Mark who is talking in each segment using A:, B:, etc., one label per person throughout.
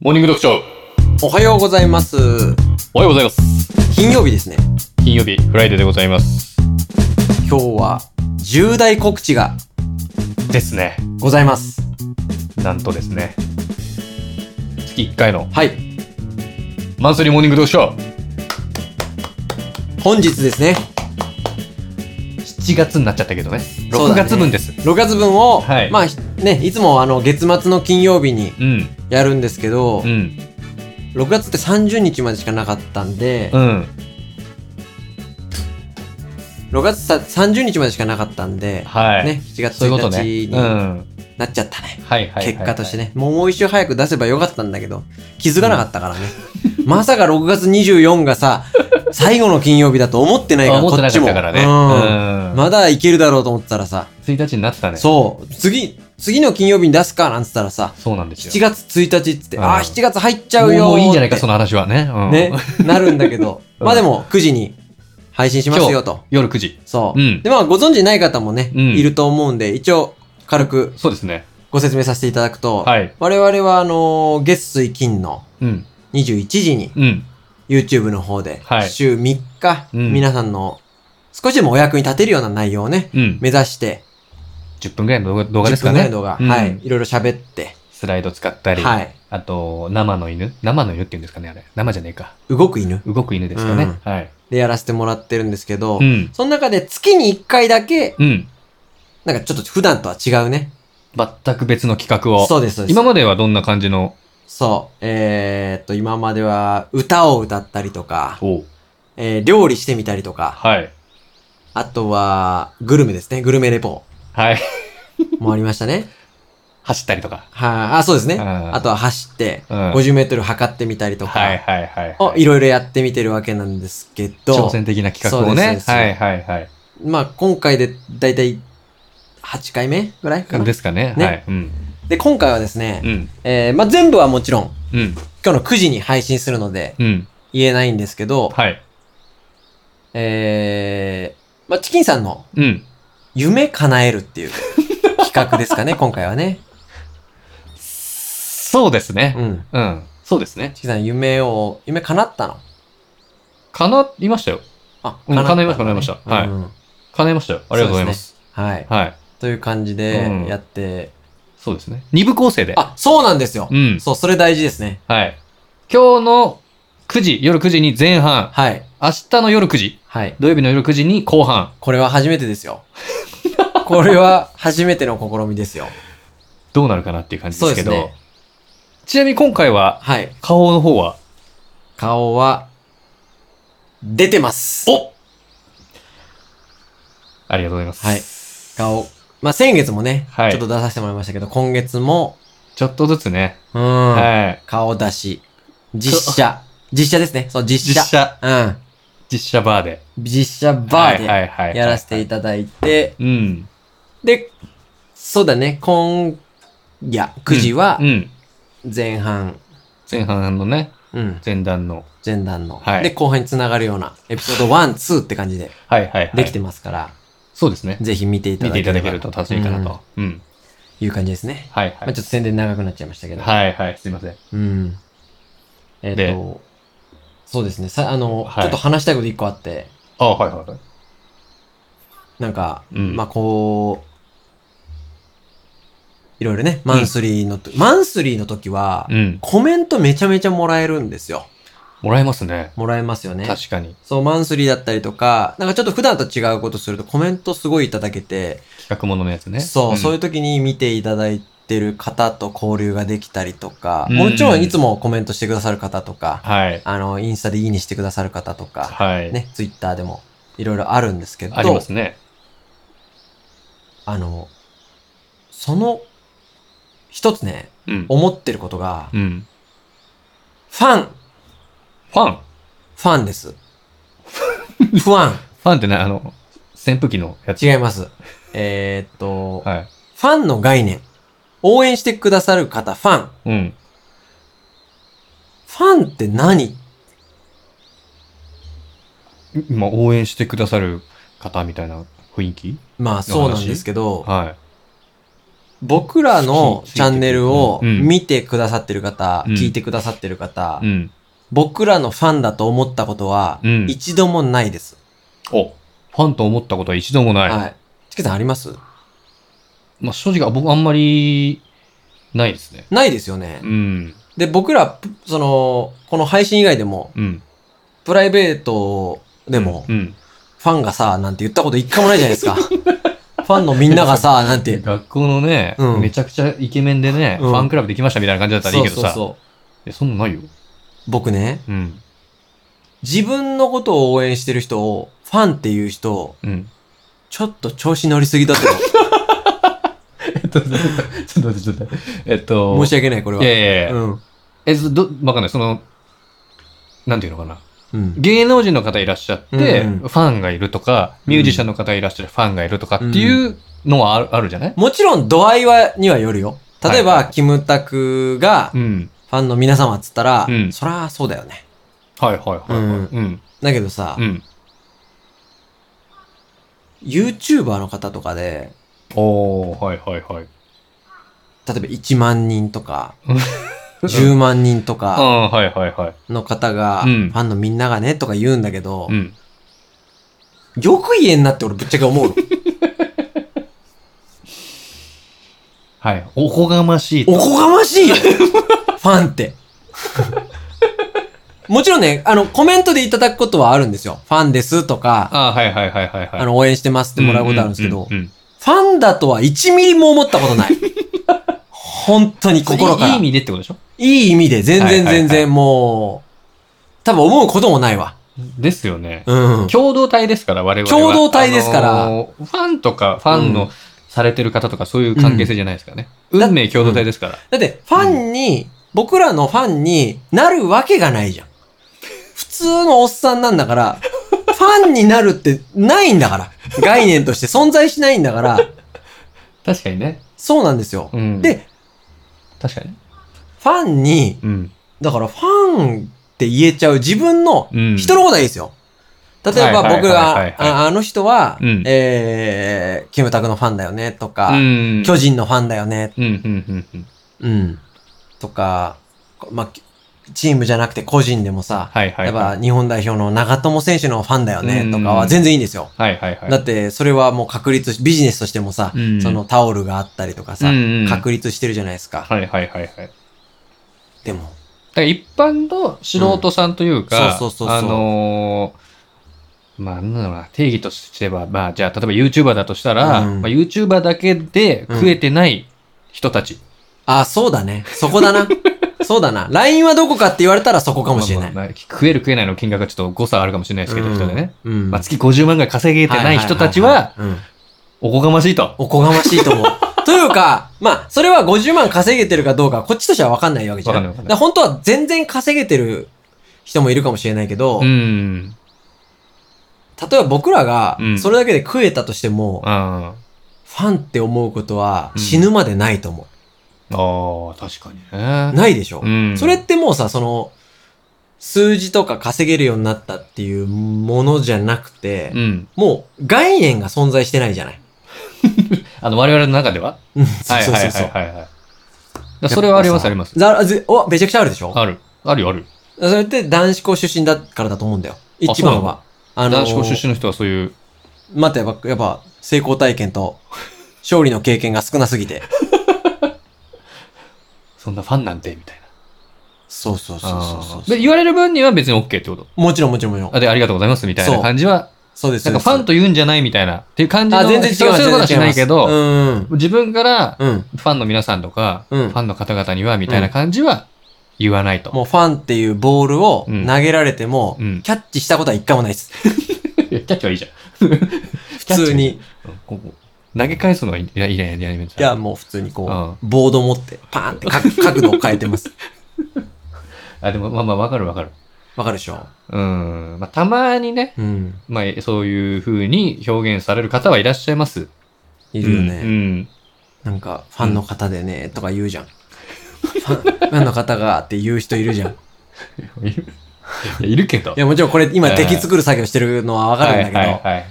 A: モーニング読書
B: おはようございます。
A: おはようございます
B: 金曜日ですね。
A: 金曜日フライデーでございます
B: 今日は重大告知が
A: ですね
B: ございます。
A: なんとですね月1回の
B: はい。
A: マンスリーモーニング読
B: 本日ですね。
A: 書7月になっちゃったけどね
B: そ
A: 6
B: うだね
A: 月分ですう,、
B: 6月分を、
A: はい
B: まあひね、いつもあの月末の金曜日に
A: ん
B: やるんですけど、
A: うん
B: 6月って30日までしかなかったんで、
A: うん
B: 6月さ30日までしかなかったんで、
A: はい、
B: ね、7月
A: そういうこと
B: 1
A: ね
B: 日に
A: うんはい
B: なっちゃったね。
A: はいはい、はい、
B: 結果としてね、もう一周早く出せばよかったんだけど、気づかなかったからね。まさか6月24がさ、最後の金曜日だと思ってないか
A: あ
B: ら、
A: 思
B: こ
A: って
B: っ
A: な
B: ち
A: かっ
B: も。
A: たからね
B: うん
A: うん
B: まだいけるだろうと思ってたらさ、
A: 1日になってたねそう
B: そう、次、次の金曜日に出すかなんつったらさ、
A: なんですよ
B: 7月1日っつって、
A: うん
B: ああ、7月入っちゃうよー
A: も
B: っ
A: う
B: て。
A: いいんじゃないかその話はね,、うん、
B: ね、なるんだけど。
A: うん
B: まあでも、9時に配信しますよと。
A: 夜9時
B: そう。
A: うん
B: で、まあご存知ない方もね、
A: うん
B: いると思うんで、一応、軽く
A: そうですね
B: ご説明させていただくと、
A: はい
B: 我々は、あのー月水金の
A: うん
B: 21時に
A: うん
B: YouTube の方で
A: は、い
B: 週3日、
A: うん
B: 皆さんの少しでもお役に立てるような内容をね、
A: うん
B: 目指して、
A: 10分ぐらいの動画動画で
B: 10
A: すか
B: 分
A: ね
B: ぐらいの動画、
A: うん
B: はい、いろいろ喋って、
A: スライド使ったり、
B: はい、
A: あと、生の犬生の犬っていうんですかね、あれ。生じゃねえか。
B: 動く犬
A: 動く犬ですよね。
B: うん
A: はい。
B: でやらせてもらってるんですけど、
A: うん。
B: その中で月に1回だけ、
A: うん。
B: なんかちょっと普段とは違うね。
A: 全く別の企画を。
B: そうです、そうです。
A: 今まではどんな感じの
B: そう。えー、っと、今までは歌を歌ったりとか、えー料理してみたりとか、
A: はい。
B: あとは、グルメですね。グルメレポ
A: はい。
B: もありましたね。
A: 走ったりとか。
B: はい、あ。そうですね。
A: うん
B: あとは走って、
A: うん
B: 50メートル測ってみたりとか、
A: はいはいはい。
B: をいろいろやってみてるわけなんですけ
A: 挑
B: ど、
A: 戦的な企画を
B: そう
A: ね
B: で。すそう
A: はい
B: です
A: はいはい。
B: まあ今回でだいたい8回目ぐらいかな。
A: ですかね。
B: ね
A: はい。うん。
B: で、今回はですね、
A: うん。
B: えーまあ全部はもちろん、
A: うん。
B: 今日の9時に配信するので
A: うん。
B: 言えないんですけど、
A: はい。
B: えー、まあチキンさんの
A: うん。
B: 夢叶えるって いう企画ですかね、今回はね。
A: そうです
B: う
A: ね。
B: ん。
A: うん。そうですね。
B: チキンさん夢を、夢叶ったの
A: 叶いましたよ。
B: あ、
A: うん
B: ったのね
A: 叶いました叶いましたはい
B: うん
A: 叶いましたよ。ありがとうございます。
B: はい。
A: はい。
B: という感じ
A: うん
B: でやって、
A: そうですね。二部構成で。
B: あ、そうなんですよ、
A: うん。
B: そう、それ大事ですね。
A: はい。今日の9時、夜9時に前半、
B: はい。
A: 明日の夜9時、
B: はい。
A: 土曜日の夜9時に後半。
B: これは初めてで すよ。これは初めての試みですよ。
A: どうなるかなっていう感じですけど。
B: そうです
A: ちなみに今回は、
B: はい。
A: 顔の方は、
B: 顔は、出てます。
A: おありがとうございます。
B: はい。顔。まあ、先月もね、
A: はい
B: ちょっと出させてもらいましたけど、今月も、
A: ちょっとずつね。
B: うん、
A: はい。
B: 顔出し、実写。実写ですね。そう、実写。
A: 実写、
B: うん。
A: 実写バーで。
B: 実写バ
A: は
B: ー
A: いはいは
B: で
A: い。
B: やらせていただいて、
A: うん。
B: で、そうだね、今夜9時は
A: うん、うん。
B: 前半、
A: 前半のね、
B: うん、
A: 前段の。
B: 前段の、
A: はい
B: で、後半につながるようなエピソード1、2って感じで
A: はいはいはい。
B: できてますから、
A: そうですね。
B: ぜひ見ていた
A: 見
B: だ
A: て
B: け
A: いただ
B: れ
A: け
B: ば
A: ると楽しいかなと。うん。
B: いう感じですね。
A: はいは
B: まあ
A: い
B: ち。ょっと宣伝長くなっちゃいましたけど。
A: はいはい。すいません。
B: うん。えっ、
A: で
B: と、そうですね。さ、あの、
A: はい
B: ちょっと話したいこと一個あって、
A: あ、はいはいはい。
B: なんか、
A: うん
B: まあこう、いろいろね、マンスリーのと、マンスリーの時は、
A: うん。
B: コメントめちゃめちゃもらえるんですよ。
A: もらえますね。
B: もらえますよね。
A: 確かに。
B: そう、マンスリーだったりとか、なんかちょっと普段と違うことするとコメントすごいいただけて、
A: 企画もののやつね。
B: そう、
A: ん
B: そういう時に見ていただいてる方と交流ができたりとか、
A: うん
B: もちろんいつもコメントしてくださる方とか、
A: はい。
B: あの、インスタでいいにしてくださる方とか、
A: はい。
B: ね、ツイッターでもいろいろあるんですけど、
A: ありますね。
B: あの、その、一つね、
A: うん。
B: 思ってることが、
A: うん。
B: ファン、
A: ファン
B: ファン です。不安、
A: ファンってね、あの、扇風機のやつ。
B: 違います。えーっと、
A: はい。
B: ファンの概念。応援してくださる方、ファン。
A: うん。
B: ファンって何
A: 今、応援してくださる方みたいな雰囲気
B: まあそうなんですけど、
A: は
B: 僕らのチャンネルを
A: うん
B: 見てくださってる方、
A: うん
B: 聞いてくださってる方、
A: うん。
B: 僕らのファンだと思ったことは
A: うん、
B: 一度もないです。
A: お、ファンと思ったことは一度もない。
B: はい。チケさんあります
A: まあ正直僕あんまり、ないですね。
B: ないですよね
A: う。ん。
B: で、僕ら、ぷその、この配信以外でも、
A: うん。
B: プライベートでも
A: う、ん。
B: ファンがさ、なんて言ったこと一回もないじゃな いですか。ファンのみんながさ、なんて。
A: 学校のね、
B: うん
A: めちゃくちゃイケメンでね、
B: うん
A: ファンクラブできましたみたいな感じだったらいいけどさ。
B: そうそうそ
A: え、そんなないよ。
B: う。僕ね、
A: うん。
B: 自分のことを応援してる人を、ファンっていう人、
A: うん。
B: ちょっと調子乗りすぎだと
A: えっと、ちょっと待って、ちょっと待って。えっと、
B: 思う。申し訳ない、これは。
A: いやいやいや、
B: うん。
A: え、そど、わかんない。その、なんていうのかな。
B: うん。
A: 芸能人の方いらっしゃって、
B: うん
A: ファンがいるとか、ミュージシャンの方いらっしゃる、ファンがいるとかっていうのはある,、あるじゃない
B: もちろん度合いは、にはよるよ。例えば、
A: はい
B: キムタクが、フ
A: うん。
B: ァンの皆様っつったら、
A: うん
B: そらそうだよね。
A: はいはいはいはい。
B: うん
A: うん。
B: だけどさ、
A: うん。
B: YouTuber の方とかで、
A: おー、はいはいはい。
B: 例えば1万人とか、
A: うん
B: 10万人と
A: あ
B: か
A: ーはいはいはい。
B: の方が、
A: う
B: フ
A: ん
B: ァンのみんながね、とか言うんだけど
A: う、ん。
B: よく言えんなって俺ぶっちゃけ思う。
A: はい。おこがましいと。
B: おこがましい よファンって。もちろんね、あの、コメントでいただくことはあるんですよ。ファンですとか、
A: あーはいはいはいはいはい。
B: あの、応援してますってもらうことあるんですけ
A: う
B: ど、
A: ううん
B: ファンだとは1ミリも思ったことない。本当に心から。
A: いい意
B: いい意味
A: 味でってことでしょ
B: で、全
A: はいはい
B: 然
A: はい
B: 全然もう、多分思うこともないわ。
A: ですよね。
B: うん。
A: 共同体ですから、我々は。
B: 共同体ですから
A: あのーファンとか、ファン
B: う
A: のされてる方とか、そういう関係性じゃないですからね。運命共同体ですから。
B: だって、ファンに、僕らのファンになるわけがないじゃん。普通のおっさんなんだから、ファンになるってないんだから。概念として存在しないんだから、
A: 確かにね。
B: そうなんですよ。
A: うん。
B: で、
A: 確かにね。
B: ファンに、
A: うん。
B: だからファンって言えちゃう自分の
A: うん。
B: 人のことはいいですよ。例えば
A: はいはいはい
B: 僕
A: はい
B: が
A: はい、
B: ああの人は、
A: うん
B: えー、キムタクのファンだよね、とか、
A: うん。
B: 巨人のファンだよね、
A: うん、うん、うん、うん。
B: うん、とか、こまあ、きチームじゃなくて個人でもさ、
A: はいはい。
B: やっぱ日本代表の長友選手のファンだよね、とかは
A: うん
B: 全然いいんですよ。
A: はいはいはい。
B: だって、それはもう確立し、ビジネスとしてもさ、
A: うん
B: そのタオルがあったりとかさ、
A: うんうん
B: 確立してるじゃないですか。
A: はいはいはいはい。
B: でも、
A: だから一般の素人さんというか、
B: うんそうそうそうそう
A: あのーまあ、なんだろうな、定義としては、まあ、じゃあ、例えば YouTuber だとしたら、
B: うん
A: まあ、YouTuber だけで食えてない人たち。
B: あ、そうだね。そこ だな。そうだな。LINE はどこかって言われたらそこかもしれ
A: ま
B: ない。
A: あまあまあ食える食えないの金額はちょっと誤差あるかもしれないですけど、人でね。
B: うん。うん
A: まあ、月50万が稼げてない人たちは、、
B: いいいうん
A: おこがましいと。
B: おこがましいと 思う。というか、まあ、それは50万稼げてるかどうか、こっちとしては分かんないわけじゃ
A: 分か
B: ん。
A: んない分かんない
B: だら本当は全然稼げてる人もいるかもしれないけど、
A: うん。
B: 例えば僕らが
A: う、ん
B: それだけで食えたとしても、
A: あ
B: ファンって思うことは
A: うん
B: 死ぬまでないと思
A: あー、確かに
B: う。
A: ね。
B: ないでしょ、
A: うん
B: それってもうさ、その、数字とか稼げるようになったっていうものじゃなくて、
A: うん。
B: もう概念が存在してないじゃない。
A: あの、我々の中では
B: うんそうそうそうそう。
A: はいはいはいはいはい。だからそれはありますあります。
B: ざぜお、めちゃくちゃあるでしょ
A: ある。あるよある。
B: それって男子校出身だからだと思うんだよ。一番は。あのー
A: 男子校出身の人はそういう。
B: またやっぱ、やっぱ、成功体験と、勝利の経験が少なすぎて。
A: そんなファンなんて、みたいな。
B: そうそうそうそうそう
A: で言われる分には別に OK ってこと。
B: もちろんもちろんもちろん
A: あ。で、ありがとうございます、みたい
B: そ
A: な
B: う
A: 感じは、
B: そうです。
A: なんかフ
B: そう
A: ァン
B: です
A: と言うんじゃないみたいな、っていう感じの。
B: あ、全然違う。
A: そういうことは
B: 全然
A: しな
B: 違
A: い
B: ま
A: い
B: す
A: けど、
B: うん。
A: 自分から、
B: うん。
A: ファンの皆さんとか、
B: うん
A: ファンの方々には、みたいな感じは言わないと。
B: もうファンっていうボールを
A: うん
B: 投げられても、
A: うん
B: キャッチしたことは一回もないです。
A: キャッチはいいじゃん。
B: 普通に。
A: うんここ投げ返すのはいいいやいいね、いやいやい
B: いや、もう普通にこう、
A: う
B: ボード持って、パーン って角角度を変えてます。
A: あ、でも、まあまあ、わかるわかる。
B: わかるでしょ
A: うん。まあ、たまにね、
B: うん。
A: まあ、そういう風に表現される方はいらっしゃいます。
B: いるよね。
A: うんうん。
B: なんか、ファンの方でね、とか言うじゃん。ファンファンの方がって言う人いるじゃん。い
A: いるいやいるけど。
B: や、もちろんこれ今
A: ええ
B: 敵作る作業してるのはわかるんだけど、
A: はいはいはい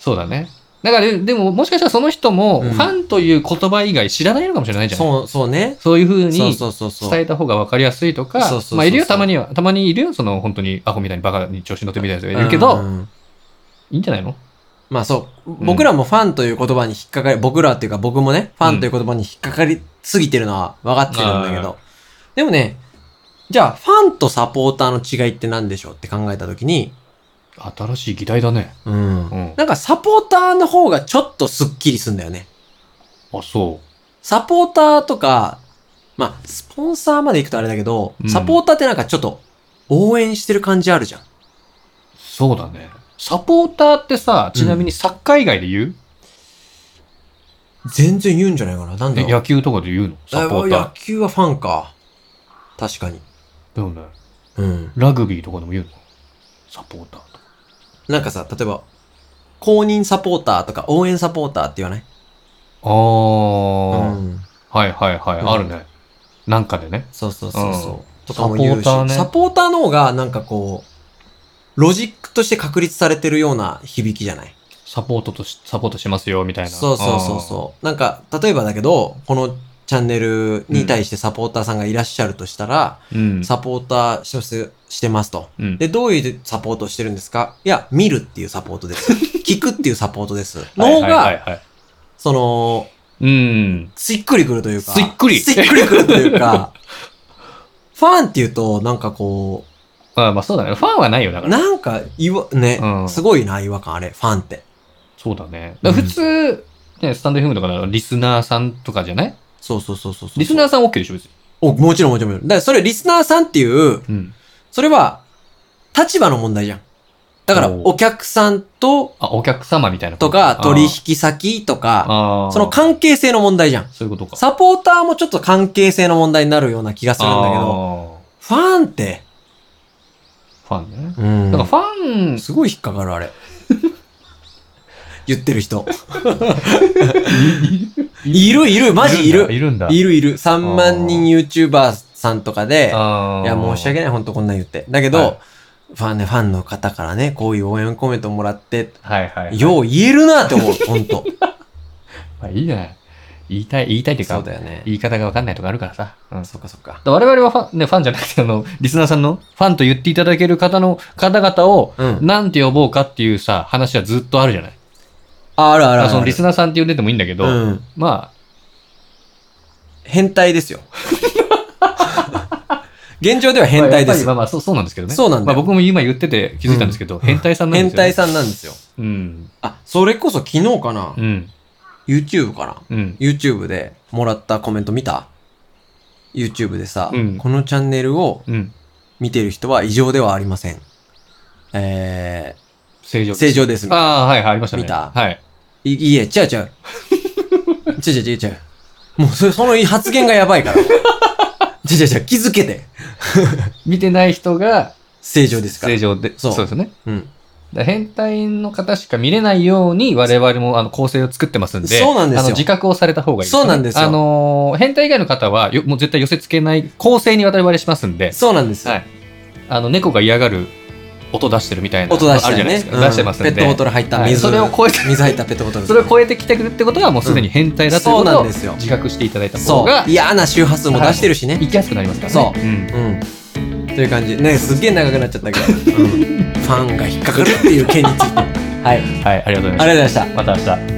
A: そうだね。だから、ででも、もしかしたらその人も、
B: うん
A: ファンという言葉以外知らないのかもしれないじゃん。
B: そう、そうね。
A: そういうふう
B: そう
A: に
B: そうそうそう。
A: 伝えた方が分かりやすいとか
B: そうそうそうそ、う
A: まあ、いるよ、たまには。たまにいるよ、その、本当にアホみたいにバカに調子に乗ってみたいなやつがいるけ
B: う
A: ど、
B: ん
A: いいんじゃないの
B: まあそう。
A: ん
B: 僕らもファンという言葉に引っかかり、僕らっていうか僕もね、ファンという言葉に引っかかりすぎてるのは分かってるんだけ
A: う
B: ど。でもね、じゃあファンとサポーターの違いって何でしょうって考えたときに、
A: 新しい議題だね。
B: うん
A: うん。
B: なんかサポーターの方がちょっとスッキリすんだよね。
A: あ、そ
B: サポーターとか、まあ、スポンサーまで行くとあれだけど
A: う、ん
B: サポーターってなんかちょっと応援してる感じあるじゃん。
A: う。そうだね。サポーターってさ、ちなみにサッカー以外で言う、
B: 全然言うんじゃないかな。なんだ
A: え
B: ろう
A: 野球とかで言うのサポータ
B: あ野球はファンか。確かに。
A: ー。でもね、
B: うん。
A: ラグビーとかでも言うのサポーターとか。
B: なんかさ、例えば、公認サポーターとか応援サポーターって言わない
A: あー、
B: うん。
A: はいはいはい、
B: うん
A: あるね。なんかでね。
B: そうそうそうそう。
A: うん
B: とかも言うし
A: サポーターね
B: サポーターの方がなんかこう、ロジックとして確立されてるような響きじゃない
A: サポートとし、サポートしますよ、みたいな。
B: そうそうそうそう。なんか、例えばだけど、このチャンネルに対してサポーターさんがいらっしゃるとしたら、
A: うん。うん。
B: サポーターしますしてますと。
A: うん、
B: で、どういうサポートをしてるんですかいや、見るっていうサポー トです。聞くっていうサポートです。の
A: はい
B: 方
A: はいはいは
B: が、
A: い、
B: その、
A: うん。
B: しっくりくるというか。
A: しっくり
B: しっくりくるとい うか。ファンっていうと、なんかこ
A: まあまあそうだね。ファンはないよ、だか
B: う、
A: ら。
B: なんか、いわ、ね、
A: うん
B: すごいな、違和感あれ、ファンって。
A: そうだね。だから普通、ね、スタンド FM とかのリスナーさんとかじゃない
B: そうそうそうそうそう。
A: リスナーさん OK でしょ、別に。
B: お、もちろんもちろんもちろん。だからそれリスナーさんっていう、
A: うん。
B: それは、立場の問題じゃん。だから、
A: おう
B: お客さんと、
A: あ、お客様みたいなこと
B: か、取引先とか、
A: あー
B: その関係性の問題じゃん。
A: そういうことか。
B: サポーターもちょっと関係性の問題になるような気がするんだけど、
A: ど。
B: ファンって、
A: ファンね。
B: うん
A: なんかファン、
B: すごい引っかかる、 あれ。言ってる人。いる、いる、マジいる。
A: いるんだ。
B: いる、いる。3万人 YouTuber さんとかで、
A: あ
B: い
A: ー
B: や、申し訳ない、ほんとこんなん言って。だけど、
A: はい
B: ファンね、ファンの方からね、こういう応援コメントもらって、
A: はいはい、はい。
B: よう言えるなっ て思う、ほんと。
A: まあいいじゃない。言いたい、言いたいっていう
B: そ
A: か
B: う、だよね。
A: 言い方がわかんないとかあるからさ。うん。
B: そっかそっか。
A: 我々はファン、ね、ファンじゃなくて、あの、リスナーさんのファンと言っていただける方の、方々を、
B: うん。
A: なんて呼ぼうかっていうさ、話はずっとあるじゃない。
B: あ、あるあるある。
A: そのリスナーさんって呼んでてもいいんだけど、
B: うん。
A: ま
B: 変態です よ。現状では
A: あ、
B: 変態
A: まあやっぱ
B: です
A: りまあ
B: よ。
A: まあそう、そうなんですけどね。
B: そうなんだ
A: まあ
B: よ
A: 僕も今言ってて気づいたんですけど、変態さんなんで
B: 変
A: すよ、ね。
B: 態さんなんですよ。
A: さん。うん。
B: あ、それこそ昨日かな、
A: うん。
B: ?YouTube かな
A: うん。
B: ?YouTube でもらったコメント見た ?YouTube でさ、
A: うん
B: このチャンネルを
A: うん。
B: 見てる人は異常ではありません。え
A: 正常
B: ー、。正常です。
A: ああ、はいはい、ありましたね。
B: 見た
A: はい。
B: いいえ、違う違 う。違う違う違う違う。もうそその発言がやば いから。違う違う違う、気づけて。
A: 見てない人が
B: 正常ですから。
A: 正常で、
B: そう
A: そうですね。
B: うん。
A: だから変態の方しか見れないように我々もあの構成を作ってますんで、
B: そうなんですよ
A: あの自覚をされた方がいい、
B: そうなんですよ
A: あのー変態以外の方はよもう絶対寄せ付けない構成に我々しますんで、
B: そうなんですよ。
A: はいあの猫が嫌がる音出してるみたいな
B: 音出した
A: あるじ
B: よ
A: ゃない
B: ね
A: です。か、出してますんで、
B: うんペットボトル入った
A: はい
B: 水。
A: それを超えて
B: 水入ったペットボトル。
A: それを超えてきてくるってことはもうすでに変態だというこ
B: うん
A: と
B: そ
A: を
B: うなんですよ
A: 自覚していただいた方
B: そ
A: が
B: う。嫌な周波数も出してるしね。
A: 生きやすくなりますからね。
B: そうんうん。という感じ。ね、すっげえ長くなっちゃったけど、ファンが引っかかるっていう件について。はい。あり
A: はい、ありがとうございま
B: がとうございました。
A: した。また明日。